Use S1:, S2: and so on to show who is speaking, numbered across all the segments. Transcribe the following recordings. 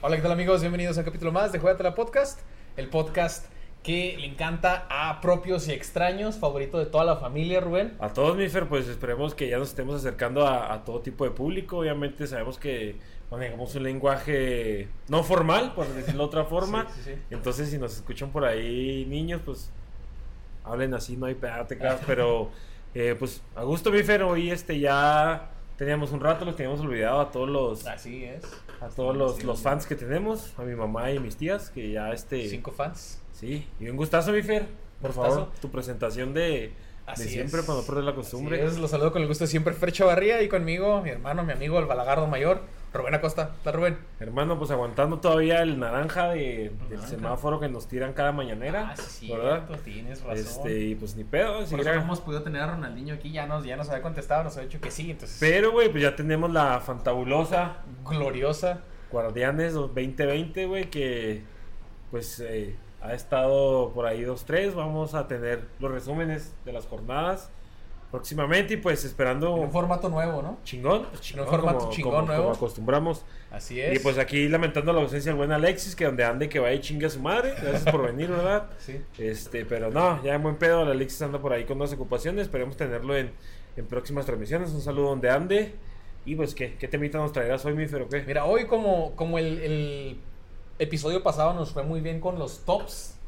S1: Hola, ¿qué tal amigos? Bienvenidos a un capítulo más de Juegatela Podcast, el podcast que le encanta a propios y extraños, favorito de toda la familia, Rubén.
S2: A todos, Mifer, pues esperemos que ya nos estemos acercando a, a todo tipo de público. Obviamente sabemos que manejamos un lenguaje no formal, por decirlo de otra forma.
S1: Sí, sí, sí.
S2: Entonces, si nos escuchan por ahí niños, pues hablen así, no hay pedo, te creas, Pero, eh, pues, a gusto, Mifer, hoy este ya teníamos un rato, los teníamos olvidado a todos los, a
S1: Así es.
S2: todos los,
S1: Sí.
S2: los fans que tenemos, a mi mamá y mis tías, que ya este...
S1: Cinco fans.
S2: Sí, y un gustazo, Mifer. Por
S1: Gustazo.
S2: favor, tu presentación de, de
S1: Así
S2: siempre
S1: es.
S2: para no perder la
S1: Hombre,
S2: costumbre.
S1: los saludo con el gusto de siempre, Fer Chavarría y conmigo, mi hermano, mi amigo, el balagardo mayor, Rubén Acosta. ¿Está Rubén?
S2: Hermano, pues aguantando todavía el naranja de- del
S1: Naranja. Ah,
S2: semáforo que nos tiran cada mañanera. ¿Verdad?
S1: cierto, tienes
S2: Este, y pues ni pedo. si
S1: Por eso
S2: era-
S1: no hemos podido tener a Ronaldinho aquí, ya nos, ya nos había contestado, nos había dicho que sí, entonces...
S2: Pero, güey, pues ya tenemos la fantabulosa
S1: gloriosa.
S2: Guardianes 2020, güey, que pues eh, ha estado por ahí dos, tres. Vamos a tener los resúmenes de las jornadas próximamente y pues esperando
S1: En un formato nuevo, ¿no?
S2: chingón. pues,
S1: En un formato chingón nuevo.
S2: Como acostumbramos.
S1: Así es.
S2: Y pues aquí lamentando la ausencia del buen Alexis, que donde ande que vaya y chingue a su madre. Gracias por venir, ¿verdad?
S1: Sí.
S2: Este, pero no, ya en buen pedo, el Alexis anda por ahí con unas ocupaciones. Esperemos tenerlo en, en próximas transmisiones. Un saludo donde ande. Y pues, ¿qué, qué temita nos traerás hoy, mi Fer, o qué?
S1: Mira, hoy como, como el, el episodio pasado nos fue muy bien con los tops,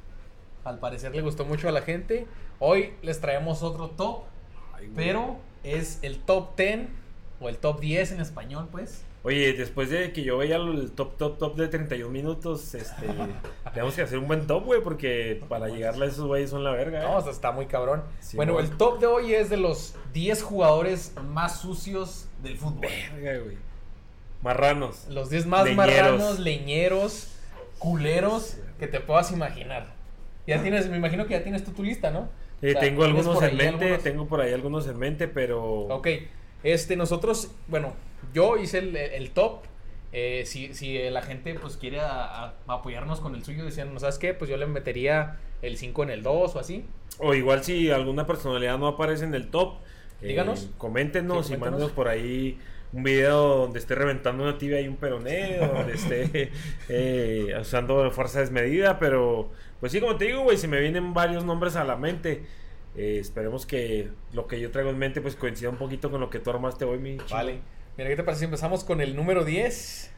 S1: al parecer le gustó mucho a la gente, hoy les traemos otro top,
S2: Ay, güey.
S1: pero es el top 10 o el top 10 en español, pues.
S2: Oye, después de que yo veía el top, top, top de 31 minutos, este, tenemos que hacer un buen top, güey, porque para llegarle a esos güeyes son la verga.
S1: No, o
S2: ¿eh?
S1: sea, está muy cabrón.
S2: Sí,
S1: bueno,
S2: bueno.
S1: el top de hoy es de los 10 jugadores más sucios del fútbol.
S2: Verga, güey. Marranos.
S1: Los 10 más
S2: Leñeros.
S1: marranos, leñeros, culeros que te puedas imaginar. Ya tienes, me imagino que ya tienes tú tu lista, ¿no?
S2: Eh,
S1: O sea,
S2: tengo
S1: tienes
S2: algunos
S1: por
S2: en
S1: ahí
S2: mente,
S1: algunos.
S2: tengo por ahí algunos en mente, pero...
S1: Ok, este, nosotros, bueno, yo hice el, el top. Eh, si, si la gente pues quiere a- a- apoyarnos con el suyo, decían, ¿no sabes qué? Pues yo le metería el 5 en el 2 o así.
S2: O igual si alguna personalidad no aparece en el top, eh,
S1: Díganos.
S2: coméntenos
S1: Sí,
S2: y
S1: coméntenos.
S2: mándenos por ahí un video donde esté reventando una tibia y un peroné, o donde esté eh, usando fuerza desmedida, pero pues sí, como te digo, güey, se me vienen varios nombres a la mente. Eh, esperemos que lo que yo traigo en mente pues coincida un poquito con lo que tú armaste hoy, mi chico.
S1: Vale. Mira, ¿qué te parece si empezamos con el número 10?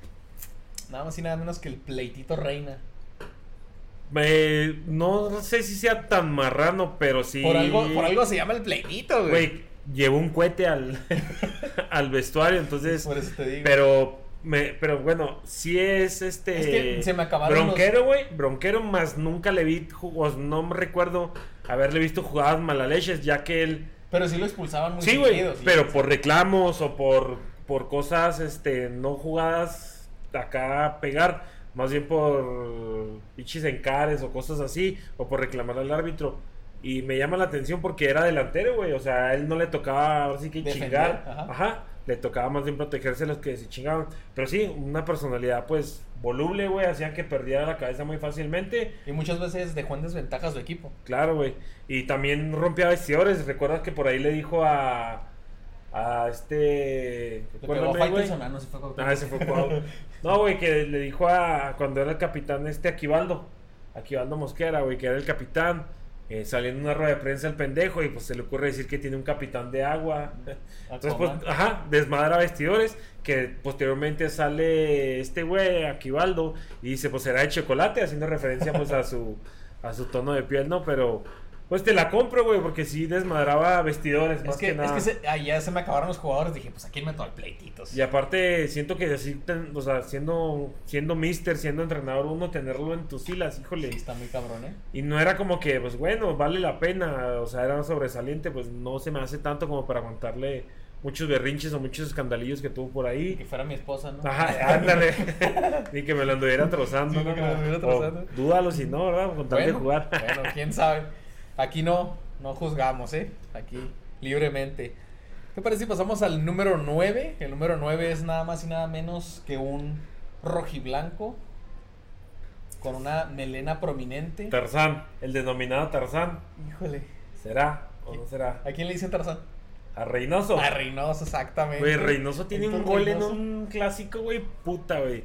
S1: Nada más y nada menos que el pleitito reina.
S2: Eh, no sé si sea tan marrano, pero sí...
S1: Por, algo, por algo se llama el pleitito, güey.
S2: Güey, llevó un cohete al, al vestuario, entonces...
S1: Por eso te digo.
S2: Pero, me, pero bueno, sí es este.
S1: Es que se me acabaron
S2: Bronquero, güey. Bronquero, más nunca le vi jugos. No me recuerdo haberle visto jugadas malaleches, ya que él.
S1: Pero sí lo expulsaban muy
S2: sí, güey.
S1: seguido, sí.
S2: pero por reclamos o por, por cosas este, no jugadas acá a pegar. Más bien por pichis encares o cosas así. O por reclamar al árbitro. Y me llama la atención porque era delantero, güey. O sea, a él no le tocaba ahora sí que
S1: Defender,
S2: chingar.
S1: ajá.
S2: Ajá. Ajá, le tocaba más bien protegerse los que se chingaban. Pero sí, una personalidad pues voluble, güey, hacía que perdiera la cabeza muy fácilmente.
S1: Y muchas veces dejó en desventaja a su equipo.
S2: Claro, güey. Y también rompía vestidores. ¿Recuerdas que por ahí le dijo a... A este...
S1: Le pegó a
S2: recuérdame, güey.
S1: Faitelson, ah, no, se fue Cuauhtémoc.
S2: Ah, ese fue Cuau. No, güey, que le dijo a cuando era el capitán este Aquivaldo, Aquivaldo Mosquera, güey, que era el capitán, eh, saliendo en una rueda de prensa el pendejo y pues se le ocurre decir que tiene un capitán de agua. Entonces, pues,
S1: Aquaman.
S2: ajá, desmadra vestidores, que posteriormente sale este güey, Aquivaldo, y dice, pues será de chocolate, haciendo referencia pues a su, a su tono de piel, ¿no? Pero, pues te la compro, güey, porque sí desmadraba vestidores,
S1: Es
S2: más que,
S1: que, es
S2: nada.
S1: que se, ah, ya se me acabaron los jugadores. Dije, pues aquí me meto al pleititos.
S2: Y aparte, siento que así, ten- o sea, siendo, siendo mister, siendo entrenador uno, tenerlo en tus filas, híjole.
S1: Sí, está muy cabrón, ¿eh?
S2: Y no era como que, pues bueno, vale la pena, o sea, era sobresaliente, pues no se me hace tanto como para aguantarle muchos berrinches o muchos escandalillos que tuvo por
S1: Y que
S2: ahí.
S1: fuera mi esposa, ¿no?
S2: Ajá, ándale. Ni que me lo anduviera trozando.
S1: Sí, ni que me lo anduviera
S2: O
S1: trozando.
S2: dúdalo si no, ¿verdad? Con tal de
S1: Bueno,
S2: jugar.
S1: bueno, quién sabe. Aquí no, no juzgamos, ¿eh? Aquí, libremente. ¿Qué parece si pasamos al número 9? El número 9 es nada más y nada menos que un rojiblanco con una melena prominente.
S2: Tarzán, el denominado Tarzán.
S1: Híjole.
S2: ¿Será o no será?
S1: ¿A quién le dicen Tarzán?
S2: A Reynoso.
S1: A Reynoso, exactamente.
S2: Güey, Reynoso tiene un
S1: Héctor
S2: gol en
S1: Reynoso.
S2: un clásico, güey, puta, güey.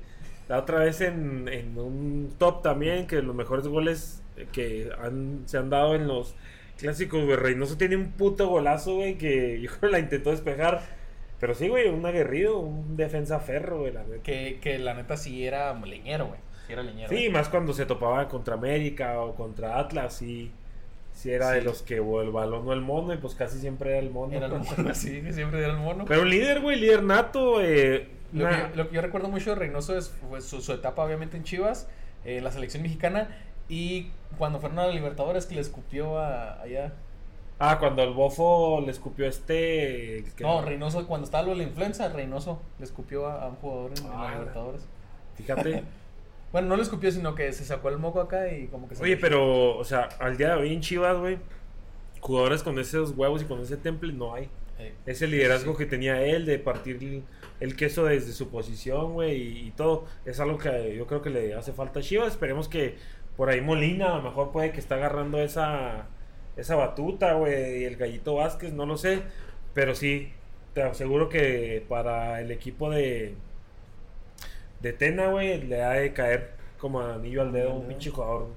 S2: La otra vez en, en un top también, que los mejores goles que han- se han dado en los clásicos, güey. Reynoso tiene un puto golazo, güey, que yo creo la intentó despejar. Pero sí, güey, un aguerrido, un defensa ferro, güey, la neta.
S1: Que, que la neta sí era leñero, güey. Sí era leñero.
S2: Sí, más cuando se topaba contra América o contra Atlas, y si era de
S1: Sí.
S2: los que o el balón o el mono, y pues casi siempre era el mono.
S1: Era el mono, sí, que siempre era el mono.
S2: Pero un líder, güey, líder nato, eh,
S1: Lo, que
S2: nah.
S1: yo, lo que yo recuerdo mucho de Reynoso es fue su, su etapa, obviamente, en Chivas, eh, la selección mexicana, y cuando fueron a la Libertadores que le escupió a, allá.
S2: Ah, cuando el bofo le escupió este. el que-
S1: No, Reynoso, cuando estaba lo de la influenza, Reynoso le escupió a, a un jugador en, en la
S2: Ah, la-
S1: Libertadores.
S2: Fíjate.
S1: Bueno, no le escupió, sino que se sacó el moco acá y como que se.
S2: Oye, pero, o sea, al día de hoy en Chivas, güey, jugadores con esos huevos y con ese temple no hay.
S1: Eh,
S2: Ese liderazgo que tenía él de partir el, el queso desde su posición, güey, y, y todo, es algo que yo creo que le hace falta a Chivas. Esperemos que por ahí Molina a lo mejor puede que está agarrando esa, esa batuta, güey, y el gallito Vázquez, no lo sé, pero sí, te aseguro que para el equipo de, de Tena, güey, le ha de caer como anillo al dedo un pinche jugador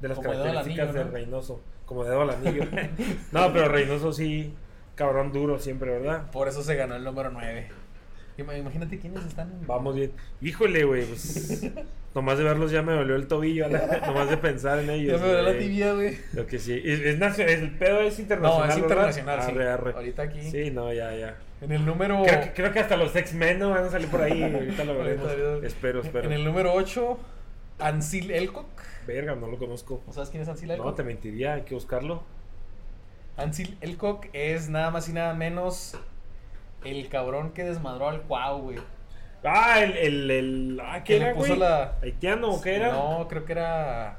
S2: de las
S1: Como dedo al
S2: características
S1: anillo,
S2: de
S1: ¿no?
S2: Reynoso, como dedo al anillo. no, pero Reynoso sí, cabrón duro siempre, ¿verdad?
S1: Por eso se ganó el número 9. Imagínate quiénes están en.
S2: Vamos bien. Híjole, güey. Pues, nomás de verlos ya me dolió el tobillo. la- nomás de pensar en
S1: Ya
S2: ellos.
S1: me dolió la
S2: güey.
S1: tibia, güey.
S2: Lo que sí. Es, es nacio- el pedo es internacional.
S1: No, es
S2: ¿verdad?
S1: internacional, sí.
S2: Arre, arre.
S1: Ahorita aquí.
S2: Sí, no, ya, ya.
S1: En el número.
S2: Creo que, creo que hasta los X-Men no van a salir por ahí. Ahorita lo
S1: Ahorita,
S2: veremos.
S1: ahorita.
S2: espero, espero.
S1: En el número 8, Ansel Elcock.
S2: Verga, no lo conozco.
S1: ¿No sabes quién es Ansel
S2: No,
S1: Elcock?
S2: te mentiría. Hay que buscarlo.
S1: Ansel Elcock es nada más y nada menos el cabrón que desmadró al Cuau, güey.
S2: Ah, el. el, el ah, ¿qué
S1: Que le
S2: era,
S1: puso
S2: güey?
S1: la-
S2: ¿Haitiano o qué era?
S1: No, creo que era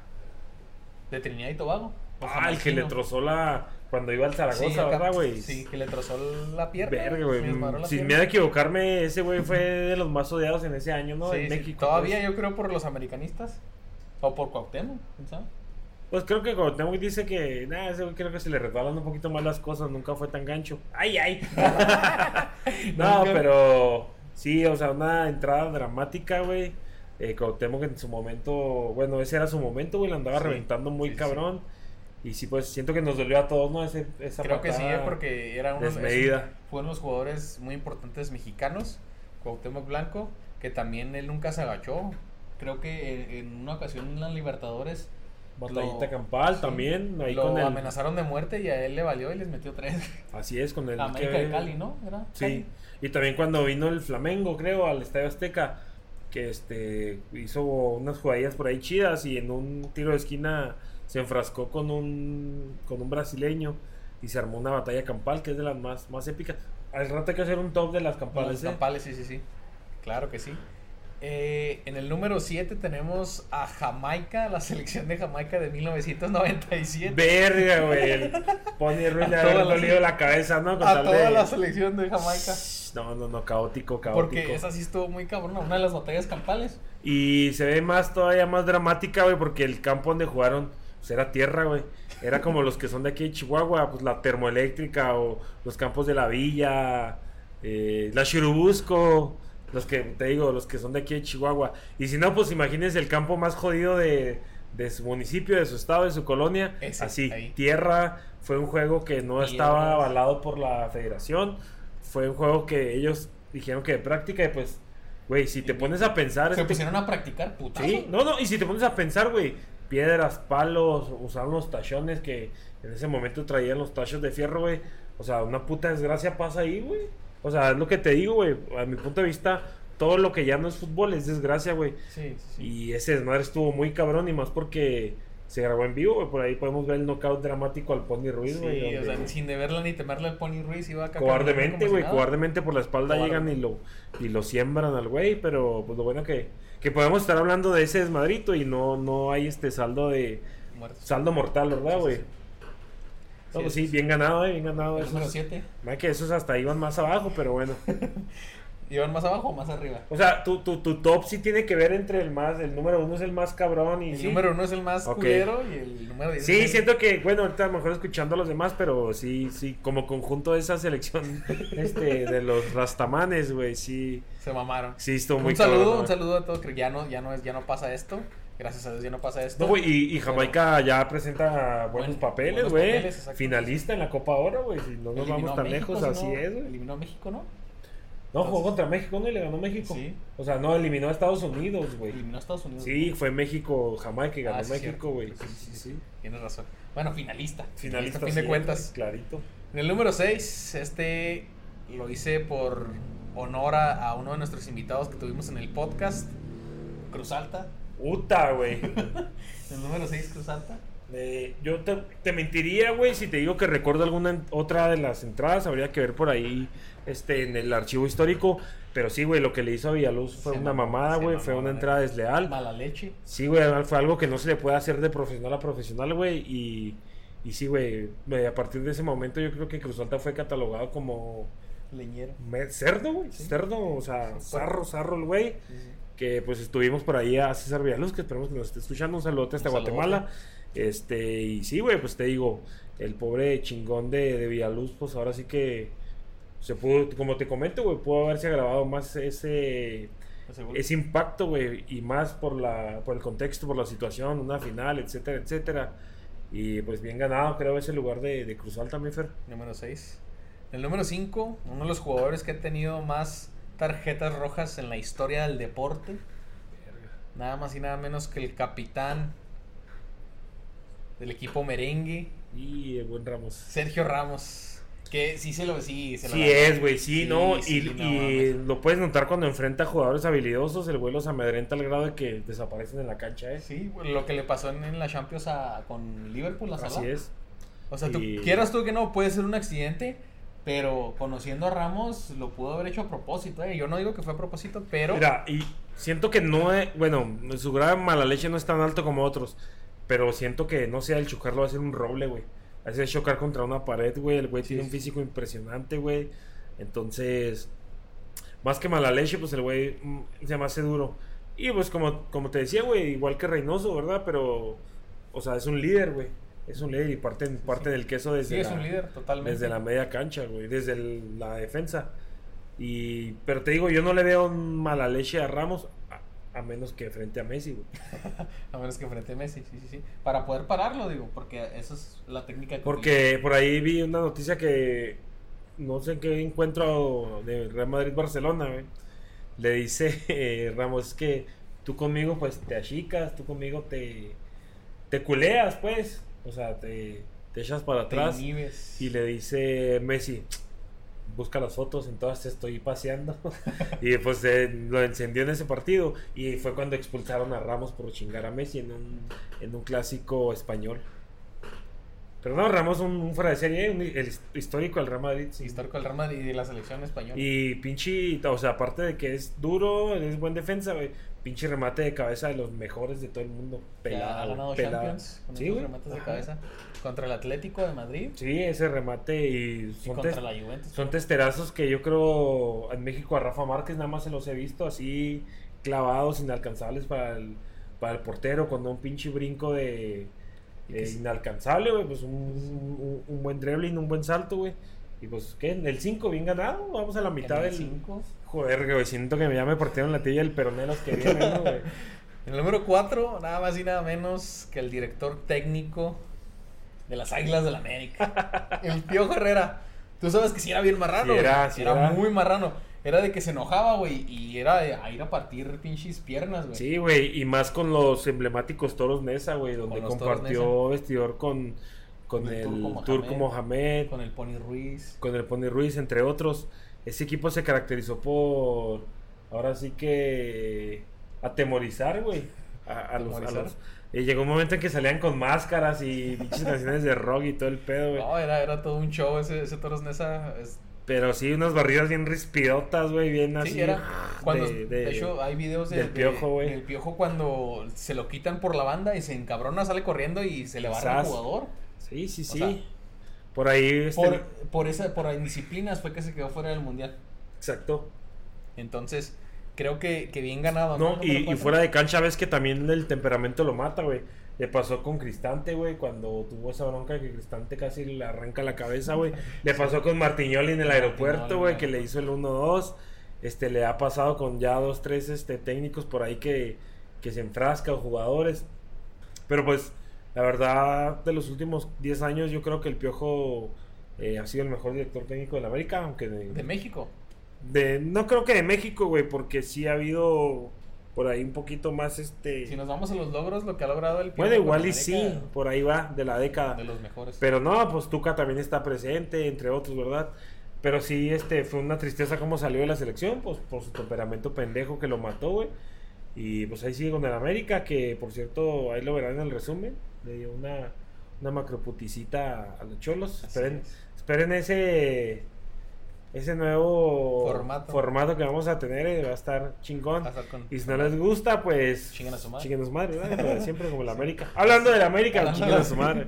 S1: de Trinidad y Tobago. O
S2: Ah, el que
S1: jamaiquino.
S2: le trozó la. Cuando iba al Zaragoza,
S1: Sí, acá-
S2: ¿verdad, güey?
S1: Sí, que le trozó la pierna.
S2: Verga,
S1: le desmadró
S2: güey.
S1: la
S2: Sin
S1: pierna.
S2: miedo a equivocarme, ese güey fue de los más odiados en ese año, ¿no?
S1: Sí,
S2: en
S1: sí,
S2: México.
S1: Todavía
S2: pues.
S1: yo creo por los americanistas. O por Cuauhtémoc, ¿quién sabe?
S2: Pues creo que Cuauhtémoc dice que, nada, ese güey creo que se le resbalan un poquito más las cosas, nunca fue tan gancho. ¡Ay, ay! no,
S1: Nunca-
S2: pero sí, o sea, una entrada dramática, güey. Eh, Cuauhtémoc en su momento, bueno, ese era su momento, güey, la andaba
S1: Sí,
S2: reventando muy
S1: sí, sí.
S2: cabrón. Y sí, pues siento que nos dolió a todos, ¿no? Ese, esa
S1: Creo que sí,
S2: patada
S1: eh, porque era uno
S2: desmedida.
S1: es- Fue uno de los jugadores muy importantes mexicanos, Cuauhtémoc Blanco, que también él nunca se agachó. Creo que en, en una ocasión en las Libertadores
S2: Batallita
S1: lo-
S2: campal
S1: sí,
S2: también, ahí
S1: lo
S2: con el...
S1: amenazaron de muerte y a él le valió y les metió tres.
S2: Así es, con el...
S1: La América
S2: que-
S1: de Cali, ¿no? ¿Era
S2: Sí,
S1: Cali?
S2: y también cuando vino el Flamengo, creo, al Estadio Azteca, que este hizo unas jugadillas por ahí chidas y en un tiro de esquina se enfrascó con un con un brasileño y se armó una batalla campal que es de las más más épicas. Al rato hay que hacer un top de las
S1: Con los
S2: campales. ¿eh?
S1: Campales, sí, sí, sí. Claro que sí. Eh, en el número 7 tenemos a Jamaica, la selección de Jamaica de 1997.
S2: Verga, güey. el Pony Ruiz le
S1: A
S2: haber
S1: todas las-
S2: dolido la cabeza, ¿no? Con
S1: a
S2: tal
S1: toda
S2: de-
S1: la selección de Jamaica.
S2: No, no, no, caótico, caótico.
S1: Porque esa sí estuvo muy cabrona, una de las batallas campales.
S2: Y se ve más todavía más dramática, güey, porque el campo donde jugaron pues, era tierra, güey. Era como los que son de aquí de Chihuahua, pues la termoeléctrica o los campos de la villa, eh, la Churubusco, los que te digo, los que son de aquí de Chihuahua. Y si no, pues imagínense el campo más jodido de, de su municipio, de su estado, de su colonia.
S1: Ese,
S2: Así,
S1: ahí.
S2: tierra fue un juego que no estaba
S1: Mierdas.
S2: avalado por la federación. Fue un juego que ellos dijeron que de práctica y pues, güey, si te pones a pensar...
S1: Se
S2: este-
S1: pusieron a practicar, putazo.
S2: Sí, no, no, y si te pones a pensar, güey, piedras, palos, usaron los tachones que en ese momento traían los tachos de fierro, güey. O sea, una puta desgracia pasa ahí, güey. O sea, es lo que te digo, güey. A mi punto de vista, todo lo que ya no es fútbol es desgracia, güey.
S1: Sí, sí, sí.
S2: Y ese desmadre estuvo muy cabrón y más porque se grabó en vivo, güey. Por ahí podemos ver el knockout dramático al Pony Ruiz,
S1: Sí,
S2: güey.
S1: o
S2: donde
S1: sea, sin deberla ni temerla el Pony Ruiz iba acá caminando
S2: Cobardemente,
S1: como si
S2: güey,
S1: nada.
S2: cobardemente por la espalda
S1: Cobarde.
S2: llegan y lo, y lo siembran al güey, pero pues lo bueno que, que podemos estar hablando de ese desmadrito y no, no hay este saldo de
S1: Muertos.
S2: saldo mortal, ¿verdad, güey?
S1: Sí, sí,
S2: No,
S1: Sí,
S2: pues
S1: sí,
S2: sí,
S1: sí.
S2: bien ganado, eh, bien ganado.
S1: El número
S2: Esos,
S1: 7.
S2: más que esos hasta iban más abajo, pero bueno.
S1: ¿Y van más abajo o más arriba?
S2: O sea, tu, tu, tu top sí tiene que ver entre el más, el número uno es el más cabrón y
S1: El
S2: sí.
S1: número uno es el más
S2: Ok.
S1: culero y el número 10
S2: Sí,
S1: es el-
S2: siento que, bueno, ahorita a lo mejor escuchando a los demás, pero sí, sí, como conjunto de esa selección este, de los rastamanes, güey, sí,
S1: se mamaron.
S2: sí, estuvo muy
S1: un saludo,
S2: cabrón,
S1: un
S2: güey.
S1: saludo a todos. creo que Ya no, ya no es, ya no pasa esto. Gracias a Dios ya no pasa esto.
S2: No, güey, y, y Jamaica ya presenta buenos
S1: Buen-
S2: papeles,
S1: buenos
S2: güey.
S1: papeles, exacto.
S2: Finalista en la Copa Oro, güey. Si no nos
S1: Eliminó
S2: vamos
S1: a
S2: tan
S1: México,
S2: lejos,
S1: si
S2: así
S1: no,
S2: es, güey.
S1: Eliminó a México, ¿no?
S2: No,
S1: Entonces-
S2: jugó contra México, ¿no? Y le ganó México.
S1: Sí.
S2: O sea, no, eliminó a Estados Unidos, güey.
S1: Eliminó a Estados Unidos.
S2: Sí, fue México, Jamaica, que ganó
S1: Ah, sí, cierto.
S2: México, güey.
S1: Sí, sí, sí. Tienes razón. Bueno, finalista.
S2: Finalista.
S1: A fin de
S2: sí,
S1: cuentas.
S2: Clarito.
S1: En el número 6, este lo hice por honor a, a uno de nuestros invitados que tuvimos en el podcast, Cruz Alta.
S2: Uta, güey.
S1: El número 6, Cruz Alta.
S2: Eh, yo te, te mentiría, güey, si te digo que recuerdo alguna en- otra de las entradas. Habría que ver por ahí este, en el archivo histórico. Pero sí, güey, lo que le hizo a Villaluz fue
S1: Se
S2: una
S1: mamó,
S2: mamada,
S1: se
S2: güey. Fue
S1: mamó,
S2: una
S1: güey.
S2: entrada desleal.
S1: Mala leche.
S2: Sí, güey, fue algo que no se le puede hacer de profesional a profesional, güey. Y, y sí, güey, eh, a partir de ese momento yo creo que Cruz Alta fue catalogado como
S1: Leñero.
S2: me- cerdo, güey.
S1: Sí.
S2: Cerdo, o sea,
S1: Sí,
S2: zarro, zarro el güey. Que pues estuvimos por ahí a César Villaluz, que esperemos que nos esté escuchando. Un saludote hasta
S1: Un saludote.
S2: Guatemala. Este, y sí, güey, pues te digo, el pobre chingón de, de Villaluz, pues ahora sí que se pudo, como te comento, güey, pudo haberse grabado más ese ese impacto, güey, y más por la por el contexto, por la situación, una final, etcétera, etcétera. Y pues bien ganado, creo, ese lugar de, de Cruzal también, Fer.
S1: Número 6. El número 5, uno de los jugadores que ha tenido más tarjetas rojas en la historia del deporte. Nada más y nada menos que el capitán del equipo merengue,
S2: Y el buen Ramos.
S1: Sergio Ramos. Que sí se lo sí, se lo
S2: Sí
S1: ganó.
S2: es, güey, sí,
S1: Sí,
S2: ¿no?
S1: sí,
S2: y
S1: no
S2: y lo puedes notar cuando enfrenta a jugadores habilidosos, el güey los amedrenta al grado de que desaparecen en la cancha, ¿eh?
S1: Sí, güey, lo que le pasó en, en la Champions a- con Liverpool, la
S2: Así es.
S1: O sea, tú,
S2: Y-
S1: quieras tú que no, puede ser un accidente, pero conociendo a Ramos lo pudo haber hecho a propósito. ¿eh? Yo no digo que fue a propósito, pero...
S2: Mira, y siento que no es, bueno, su grado de mala leche no es tan alto como otros, pero siento que no sea el chocarlo va a ser un roble, güey. Hace chocar contra una pared, güey. El güey
S1: Sí,
S2: tiene un
S1: sí.
S2: físico impresionante, güey. Entonces, más que mala leche, pues el güey mm, se me hace duro. Y pues como, como te decía, güey, igual que Reynoso, ¿verdad? Pero, o sea, es un líder, güey. Es un líder y parte, parte del queso desde
S1: sí, es
S2: la-
S1: un líder totalmente.
S2: desde la media cancha, güey, desde el- la defensa. Y, pero te digo, yo no le veo mala leche a Ramos, a, a menos que frente a Messi, güey.
S1: A menos que frente a Messi, sí, sí, sí. Para poder pararlo, digo, porque esa es la técnica que
S2: Porque por ahí vi una noticia que no sé en qué encuentro de Real Madrid-Barcelona, güey. Le dice eh, Ramos que tú conmigo pues te achicas, tú conmigo te, te culeas, pues. O sea, te, te echas para
S1: te
S2: atrás.
S1: inhibes.
S2: Y le dice Messi, busca las fotos, entonces te estoy paseando. y pues eh, lo encendió en ese partido. Y fue cuando expulsaron a Ramos por chingar a Messi en un, en un clásico español. Pero no, Ramos un, un fuera de serie, un- el his- histórico del Real Madrid. sí.
S1: Histórico del Real Madrid y de la selección española.
S2: Y pinche, o sea, aparte de que es duro, es buen defensa, güey. Pinche remate de cabeza de los mejores de todo el mundo.
S1: Que
S2: Pelada,
S1: ha
S2: güey,
S1: ganado
S2: pelada.
S1: Champions con
S2: Sí,
S1: esos
S2: güey.
S1: remates de
S2: Ajá.
S1: cabeza contra el Atlético de Madrid
S2: Sí, ese remate y
S1: y
S2: son
S1: contra
S2: test-
S1: la Juventus.
S2: Son testerazos que yo creo en México a Rafa Márquez nada más se los he visto así clavados, inalcanzables para el, para el portero, con un pinche brinco de,
S1: Y
S2: de
S1: que sí.
S2: inalcanzable, güey, pues un, un- un buen dribbling, un buen salto, güey. Y pues, ¿qué? En el 5, bien ganado, vamos a la
S1: En
S2: mitad
S1: el
S2: del...
S1: 5.
S2: Joder, güey, siento que ya me partieron la tibia el peronelos que vienen, ¿no, güey.
S1: En el número 4, nada más y nada menos que el director técnico de las Águilas del América, el Piojo Herrera. Tú sabes que si era bien marrano,
S2: Sí
S1: güey.
S2: era, sí era.
S1: muy marrano. Era de que se enojaba, güey, y era de a ir a partir pinches piernas, güey.
S2: Sí, güey, y más con los emblemáticos toros Nesa, güey, donde
S1: los Toros
S2: compartió vestidor con, con
S1: Con el
S2: el,
S1: Turco Mohamed.
S2: Turco Mohamed,
S1: Con el Pony Ruiz.
S2: con el Pony Ruiz, entre otros. Ese equipo se caracterizó por, ahora sí que, atemorizar, güey. A, a los, a
S1: Atemorizar.
S2: los- Y llegó un momento en que salían con máscaras y pinches canciones de rock y todo el pedo, güey.
S1: No, era, era todo un show ese, ese Toros Nesa. es-
S2: Pero sí, unas barridas bien rispidotas, güey, bien así.
S1: sí, era. Cuando, de,
S2: Ah, de- de-
S1: hecho, hay videos de-
S2: del
S1: de-
S2: Piojo, güey.
S1: del Piojo cuando se lo quitan por la banda y se encabrona, sale corriendo y se le barra al
S2: Sas.
S1: jugador.
S2: Sí, sí, sí.
S1: sea,
S2: por ahí, este,
S1: Por, por esa, por indisciplinas fue que se quedó fuera del mundial.
S2: exacto.
S1: Entonces, creo que, que bien ganado.
S2: No,
S1: ¿Número
S2: y, y
S1: cuatro?
S2: fuera de cancha ves que también el temperamento lo mata, güey. Le pasó con Cristante, güey, cuando tuvo esa bronca que Cristante casi le arranca la cabeza, güey. Le pasó con Martiñoli en el aeropuerto, güey, que le hizo el 1-2. Este, le ha pasado con ya dos, tres este, técnicos por ahí que, que se enfrasca o jugadores. Pero pues, la verdad, de los últimos 10 años yo creo que el Piojo eh, ha sido el mejor director técnico de la América, aunque
S1: De México.
S2: de- no creo que de México, güey, porque sí ha habido por ahí un poquito más este.
S1: Si nos vamos a los logros, lo que ha logrado el
S2: bueno,
S1: Piojo
S2: igual
S1: con
S2: y
S1: América,
S2: sí, por ahí va, de la década.
S1: De los mejores.
S2: Pero no, pues Tuca también está presente, entre otros, ¿verdad? Pero sí, este, fue una tristeza cómo salió de la selección, pues por su temperamento pendejo que lo mató, güey. Y pues ahí sigue con el América, que por cierto, ahí lo verán en el resumen. Le dio una, una macroputicita a los cholos.
S1: Así
S2: Esperen,
S1: es.
S2: esperen ese ese nuevo
S1: Formato.
S2: que vamos a tener, eh, va a estar chingón.
S1: Pasar con-
S2: Y si no les gusta, pues.
S1: Chinguen a su madre.
S2: Chinguen a su madre, ¿verdad? Lo de Siempre como la América. Hablando de la América,
S1: Hablando
S2: chinguen
S1: de la
S2: a su madre.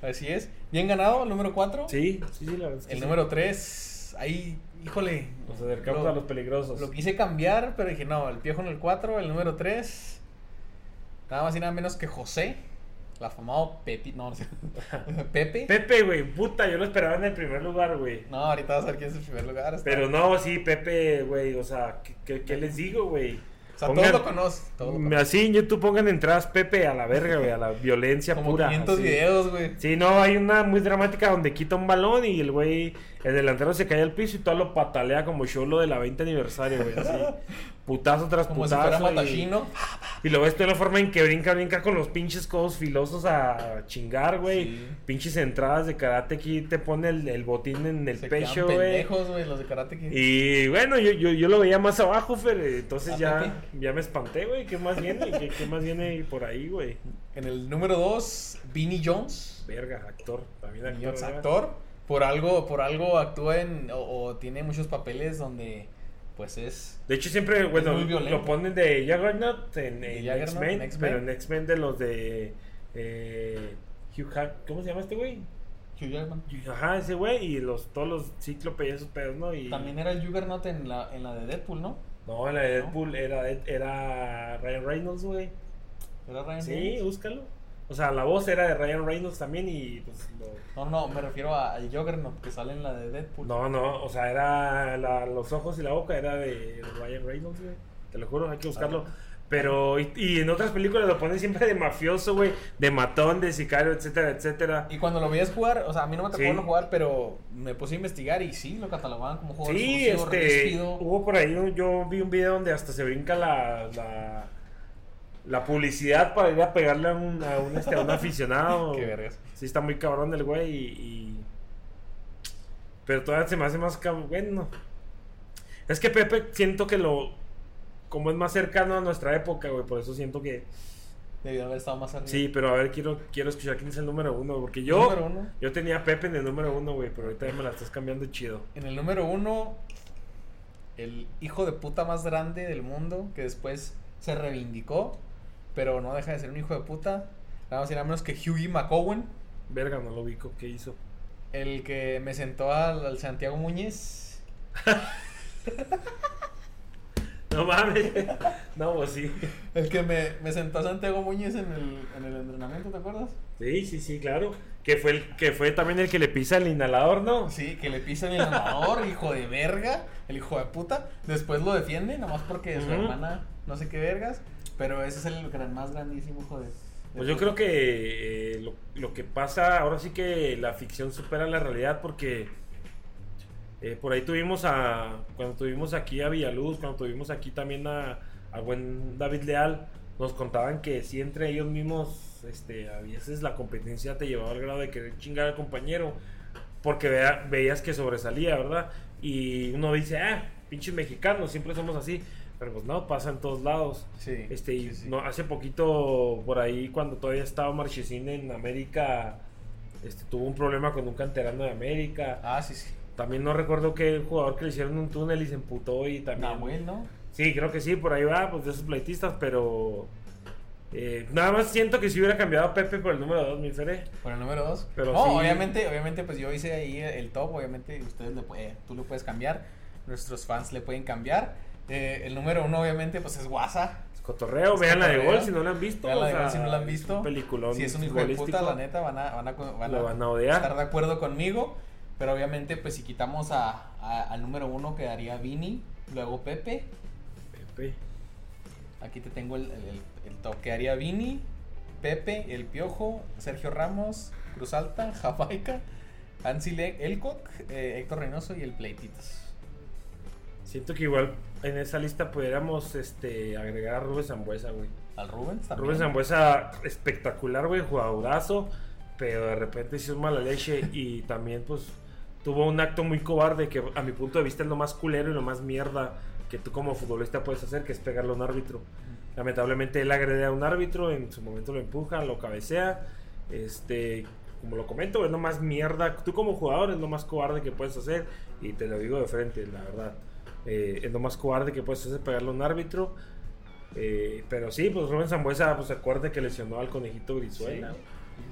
S1: Así es. Bien ganado, el número 4.
S2: Sí, sí, sí, la verdad es que
S1: El
S2: sí.
S1: número 3. Ahí, híjole.
S2: Nos acercamos
S1: Lo-
S2: a los peligrosos.
S1: Lo quise cambiar, pero dije, no, el piojo en el 4, el número 3. Nada más y nada menos que José. La famoso Pepi. No, no sé. Pepe.
S2: Pepe, güey, puta, yo lo esperaba en el primer lugar, güey.
S1: No, ahorita vas a ver quién es el primer lugar. está-
S2: Pero no, sí, Pepe, güey, o sea, ¿qué, qué- qué les digo, güey?
S1: o sea,
S2: pongan-
S1: todos lo conocen. Todos lo conocen.
S2: Así en YouTube pongan entradas Pepe a la verga, güey, a la violencia
S1: Como
S2: pura.
S1: 500
S2: así.
S1: videos, güey.
S2: Sí, no, hay una muy dramática donde quita un balón y el güey, el delantero se cae al piso y todo lo patalea como yo lo de la 20 aniversario, güey, así. Putazo tras
S1: Como si fuera
S2: putazo. y-
S1: Matashino.
S2: Y lo ves tú en la forma en que brinca, brinca con los pinches codos filosos a chingar, güey.
S1: Sí.
S2: Pinches entradas de karate aquí te pone el, el botín en el
S1: Se quedan
S2: pecho, güey.
S1: pendejos, güey, los de Karate Kid.
S2: Y bueno, yo, yo, yo lo veía más abajo, Fer. eh, Entonces
S1: Ah,
S2: ya, ya me espanté, güey. ¿Qué más viene? ¿Qué, qué más viene por ahí, güey?
S1: En el número 2, Vinnie Jones.
S2: Verga, actor. También
S1: Vinnie
S2: actor.
S1: Jones,
S2: ¿verdad?
S1: actor. Por algo, por algo actúa en, o, o tiene muchos papeles donde, pues es.
S2: De hecho, siempre, bueno,
S1: muy violento.
S2: lo ponen de Juggernaut en, en
S1: Juggernaut, en
S2: X-Men.
S1: X-Men.
S2: Pero en X-Men de los de. Eh, Hugh Jack- ¿Cómo se llama este güey?
S1: Hugh Jackman.
S2: Ajá, ese güey y los, todos los cíclopes y esos pedos, ¿no? Y,
S1: También era el Juggernaut en la, en la de Deadpool, ¿no?
S2: No, la de Deadpool era, era Ryan Reynolds, güey.
S1: Era Ryan
S2: Sí,
S1: Reynolds.
S2: búscalo. O sea, la voz era de Ryan Reynolds también y pues lo-
S1: No, no, me refiero a- al Juggernaut que sale en la de Deadpool.
S2: No, no, o sea, era la- los ojos y la boca era de Ryan Reynolds, güey. Te lo juro, hay que
S1: Ah,
S2: buscarlo. Pero, y, y en otras películas lo ponen siempre de mafioso, güey, de matón, de sicario, etcétera, etcétera.
S1: Y cuando lo veías jugar, o sea, a mí no me tocó
S2: Sí.
S1: verlo jugar, pero me puse a investigar y sí, lo catalogaban como jugador
S2: Sí,
S1: sucio,
S2: este,
S1: ríspido.
S2: hubo por ahí, un- yo vi un video donde hasta se brinca la, la, la publicidad para ir a pegarle a un, a un, este, a un aficionado.
S1: Qué vergas.
S2: Sí, está muy cabrón el güey y, y- Pero todavía se me hace más cabrón. Bueno. Es que Pepe siento que lo... Como es más cercano a nuestra época, güey, por eso siento que...
S1: Debió haber estado más arriba.
S2: Sí, pero a ver, quiero, quiero escuchar quién es el número uno, porque yo...
S1: Número uno.
S2: Yo tenía a Pepe en el número uno, güey, pero ahorita ya me la estás cambiando chido.
S1: En el número uno, el hijo de puta más grande del mundo, que después se reivindicó, pero no deja de ser un hijo de puta. Nada más y nada menos que Hughie McOwen,
S2: Verga, no lo ubico, ¿qué hizo?
S1: el que me sentó al, al Santiago Muñiz.
S2: No mames. No, pues sí.
S1: El que me, me sentó a Santiago Muñiz en el, en el entrenamiento, ¿te acuerdas?
S2: Sí, sí, sí, claro. Que fue el que fue también el que le pisa el inhalador, ¿no?
S1: Sí, que le pisan el amador, hijo de verga, el hijo de puta. Después lo defiende, nada más porque su
S2: Ujú.
S1: hermana no sé qué vergas. Pero ese es el gran, más grandísimo hijo de. de
S2: Pues yo
S1: puta.
S2: creo que eh, lo, lo que pasa, ahora sí que la ficción supera la realidad porque eh, por ahí tuvimos a, cuando tuvimos aquí a Villaluz, cuando tuvimos aquí también a, a buen David Leal, nos contaban que si entre ellos mismos, este, a veces la competencia te llevaba al grado de querer chingar al compañero porque vea- veías que sobresalía, ¿verdad? Y uno dice, ah, pinches mexicanos, siempre somos así, pero pues no, pasa en todos lados.
S1: Sí.
S2: Este, y
S1: sí, sí.
S2: no, hace poquito, por ahí, cuando todavía estaba Marchesín en América, este, tuvo un problema con un canterano de América.
S1: Ah, sí, sí.
S2: También no recuerdo qué jugador que le hicieron un túnel y se emputó y también...
S1: Nahuel, ¿no?
S2: Sí, creo que sí, por ahí va, pues de esos pleitistas, pero... eh, nada más siento que si hubiera cambiado a Pepe por el número 2, mi Fere.
S1: Por el número dos.
S2: Pero
S1: no,
S2: sí.
S1: obviamente, obviamente, pues yo hice ahí el top. Obviamente, ustedes le, pue- tú lo puedes cambiar. Nuestros fans le pueden cambiar. Eh, el número uno, obviamente, pues es Guasa.
S2: Es Cotorreo,
S1: Es
S2: vean la de
S1: cotorreo.
S2: gol si no la han visto.
S1: Vean la de
S2: o
S1: gol
S2: sea,
S1: si no la han visto.
S2: Es un peliculón.
S1: Si es un hijo de puta,
S2: futbolístico.
S1: la neta, van a, van a, van a-
S2: Lo van a odiar.
S1: estar de acuerdo conmigo. Pero obviamente, pues si quitamos a, a- al número uno, quedaría Vini, luego Pepe.
S2: Pepe.
S1: Aquí te tengo el, el, el top. Quedaría Vini, Pepe, El Piojo, Sergio Ramos, Cruz Alta, Jamaica, Ansel Elcock, eh, Héctor Reynoso y el Pleititos.
S2: Siento que igual en esa lista pudiéramos este, agregar a Rubén Zambuesa, güey.
S1: Al Rubens también.
S2: Rubén Zambuesa, espectacular, güey, jugadorazo, pero de repente hizo un mala leche y también, pues, tuvo un acto muy cobarde que, a mi punto de vista, es lo más culero y lo más mierda que tú como futbolista puedes hacer, que es pegarle a un árbitro. Lamentablemente, él agrede a un árbitro, en su momento lo empuja, lo cabecea, este... Como lo comento, es lo más mierda. Tú como jugador es lo más cobarde que puedes hacer. Y te lo digo de frente, la verdad. Eh, es lo más cobarde que puedes hacer pegarle a un árbitro. Eh, pero sí, pues Rubén Zambuesa, pues acuérdate que lesionó al conejito Brizuela,
S1: Sí,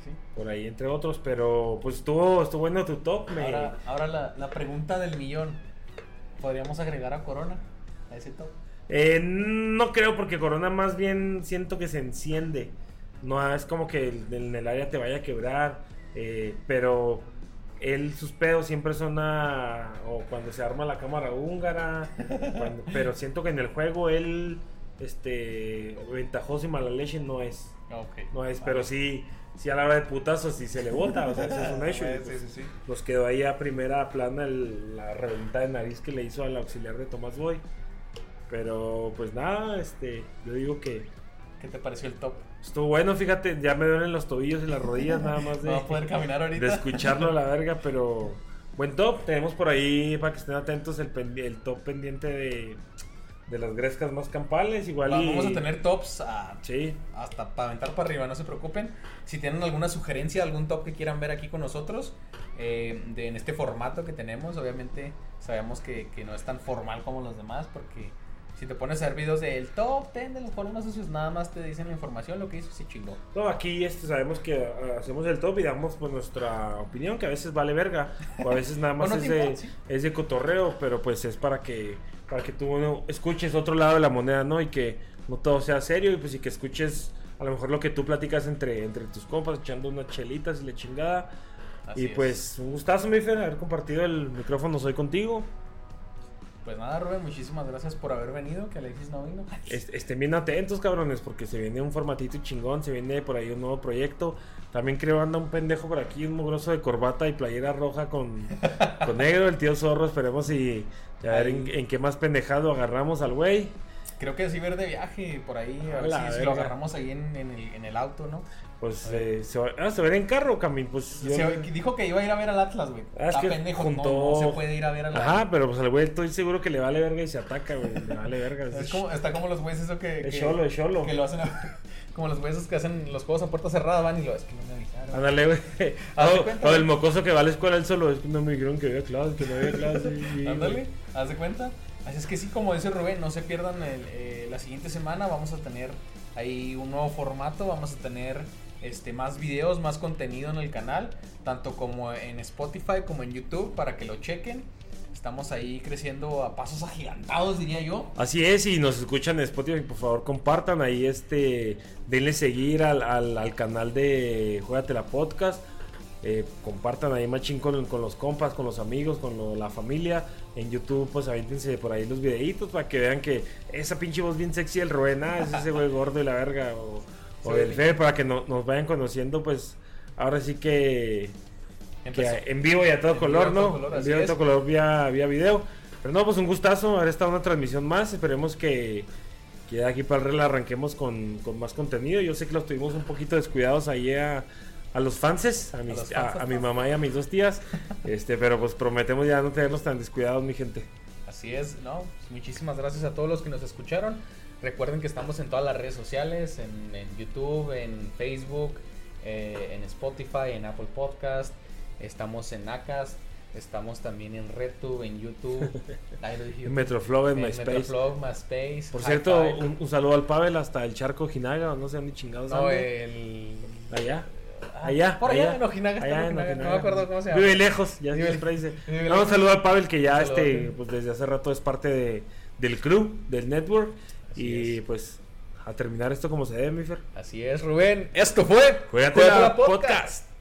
S1: sí, sí.
S2: por ahí entre otros, pero pues estuvo, estuvo bueno tu top, me-
S1: Ahora, ahora la, la pregunta del millón. ¿Podríamos agregar a Corona a ese top?
S2: Eh, no creo porque Corona más bien siento que se enciende, no es como que el- en el área te vaya a quebrar, eh, pero él, sus pedos siempre son a, o cuando se arma la cámara húngara, cuando- pero siento que en el juego él, este, ventajoso y mala leche no es.
S1: Ah, Ok.
S2: No es, pero sí, sí a la hora de putazos sí se le bota, o sea, eso es un hecho. y pues Nos quedó ahí a primera plana el- la reventada de nariz que le hizo al auxiliar de Tomás Boy. Pero pues nada, este, yo digo que
S1: ¿Qué te pareció el top?
S2: estuvo bueno, fíjate, ya me duelen los tobillos y las rodillas nada más de,
S1: ¿No va a poder caminar ahorita?
S2: de escucharlo a la verga, pero buen top. Tenemos por ahí, para que estén atentos, el, pen- el top pendiente de, de las grescas más campales, igual y-
S1: Vamos a tener tops a-
S2: Sí,
S1: hasta para aventar para arriba, no se preocupen. Si tienen alguna sugerencia, algún top que quieran ver aquí con nosotros, eh, de- en este formato que tenemos, obviamente sabemos que, que no es tan formal como los demás, porque si te pones a ver videos del top 10 de los columnas sucios, nada más te dicen la información, lo que hizo se chingó.
S2: No, aquí este, sabemos que ah, hacemos el top y damos pues, nuestra opinión, que a veces vale verga, o a veces nada más
S1: Bueno,
S2: es,
S1: te
S2: de,
S1: importa, sí.
S2: es de cotorreo, pero pues es para que, para que tú bueno, escuches otro lado de la moneda, ¿no? Y que no todo sea serio y pues y que escuches a lo mejor lo que tú platicas entre, entre tus compas, echando unas chelitas y la chingada.
S1: Así
S2: y
S1: es.
S2: pues un gustazo, mi Fer, haber compartido el micrófono soy contigo.
S1: Pues nada, Rubén, muchísimas gracias por haber venido, que Alexis no vino.
S2: Est- estén bien atentos, cabrones, porque se viene un formatito chingón, se viene por ahí un nuevo proyecto. También creo anda un pendejo por aquí, un mugroso de corbata y playera roja con, con negro, el tío zorro. Esperemos y y a ver en, en qué más pendejado agarramos al güey.
S1: Creo que sí ver de viaje por ahí, a ver
S2: La
S1: si, si lo
S2: verga.
S1: agarramos ahí en, en el, en el auto, ¿no?
S2: Pues eh, se, va, ah, se va a ir en carro, Camin. Pues yo-
S1: Se- dijo que iba a ir a ver al Atlas, güey.
S2: Ah, es
S1: Está
S2: que
S1: pendejo, no,
S2: juntó-
S1: no se puede ir a ver al Atlas.
S2: Ajá, pero pues al güey estoy seguro que le vale verga y se ataca, güey. Le vale verga.
S1: Es como, está como los güeyes eso que,
S2: Es
S1: que,
S2: cholo, es cholo.
S1: que lo hacen a- como los güeyes esos que hacen los juegos a puerta cerrada van y lo es que no me avisaron.
S2: Ándale, güey.
S1: Haz de
S2: O-
S1: cuenta,
S2: O,
S1: güey.
S2: el mocoso que va a la escuela él solo. Es que no me dijeron que había clases, que no había clases. y-
S1: Ándale, haz de cuenta. Así es que sí, como dice Rubén, no se pierdan el, eh, la siguiente semana. Vamos a tener ahí un nuevo formato. Vamos a tener este más videos, más contenido en el canal, tanto como en Spotify como en YouTube para que lo chequen. Estamos ahí creciendo a pasos agigantados, diría yo.
S2: Así es, y nos escuchan en Spotify, por favor compartan ahí este, denle seguir al, al- al canal de Juégatela Podcast, eh, compartan ahí machín con, con los compas, con los amigos, con lo- la familia, en YouTube pues aviéntense por ahí los videitos para que vean que esa pinche voz bien sexy del Rubén, ah, es ese güey gordo y la verga, o,
S1: Sí,
S2: o del
S1: sí.
S2: Fe, para que no- nos vayan conociendo pues ahora sí que que
S1: Empezó.
S2: en vivo y a todo
S1: En
S2: color,
S1: vivo y a todo
S2: ¿no?
S1: color,
S2: en
S1: así
S2: vivo y a
S1: es.
S2: todo color vía, vía video. Pero no, pues un gustazo haber estado en una transmisión más. Esperemos que, que de aquí para el rela arranquemos con, con más contenido. Yo sé que los tuvimos un poquito descuidados ahí a, a los fanses, a, mis-
S1: los
S2: a-
S1: fanses,
S2: a mi
S1: ¿no?
S2: mamá y a mis dos tías. este Pero pues prometemos ya no tenerlos tan descuidados, mi gente.
S1: Así es, ¿no? Pues muchísimas gracias a todos los que nos escucharon. Recuerden que estamos en todas las redes sociales, en, en YouTube, en Facebook, eh, en Spotify, en Apple Podcast, estamos en Acast, estamos también en RedTube, en YouTube, ahí lo dije,
S2: En Metroflow, en
S1: en
S2: MySpace.
S1: Metroflog, MySpace,
S2: Por
S1: Hi
S2: cierto,
S1: Five.
S2: un, un saludo al Pavel hasta el charco Jinaga, o no sé dónde chingados
S1: No, eh.
S2: anda.
S1: el...
S2: Allá.
S1: Ah,
S2: Allá,
S1: Por allá,
S2: allá,
S1: en Ojinaga, está
S2: allá
S1: en
S2: en
S1: Ojinaga, no
S2: Ojinaga.
S1: me acuerdo cómo se llama.
S2: Vive lejos, ya
S1: Vive-
S2: siempre dice.
S1: vive
S2: Vamos
S1: lejos.
S2: a saludar a Pavel que ya
S1: Un saludo,
S2: este
S1: Pavel.
S2: pues desde hace rato es parte de, del crew, del network.
S1: Así
S2: y
S1: es.
S2: pues a terminar esto como se debe, mi Fer.
S1: Así es, Rubén. Esto fue
S2: Juégatela Podcast.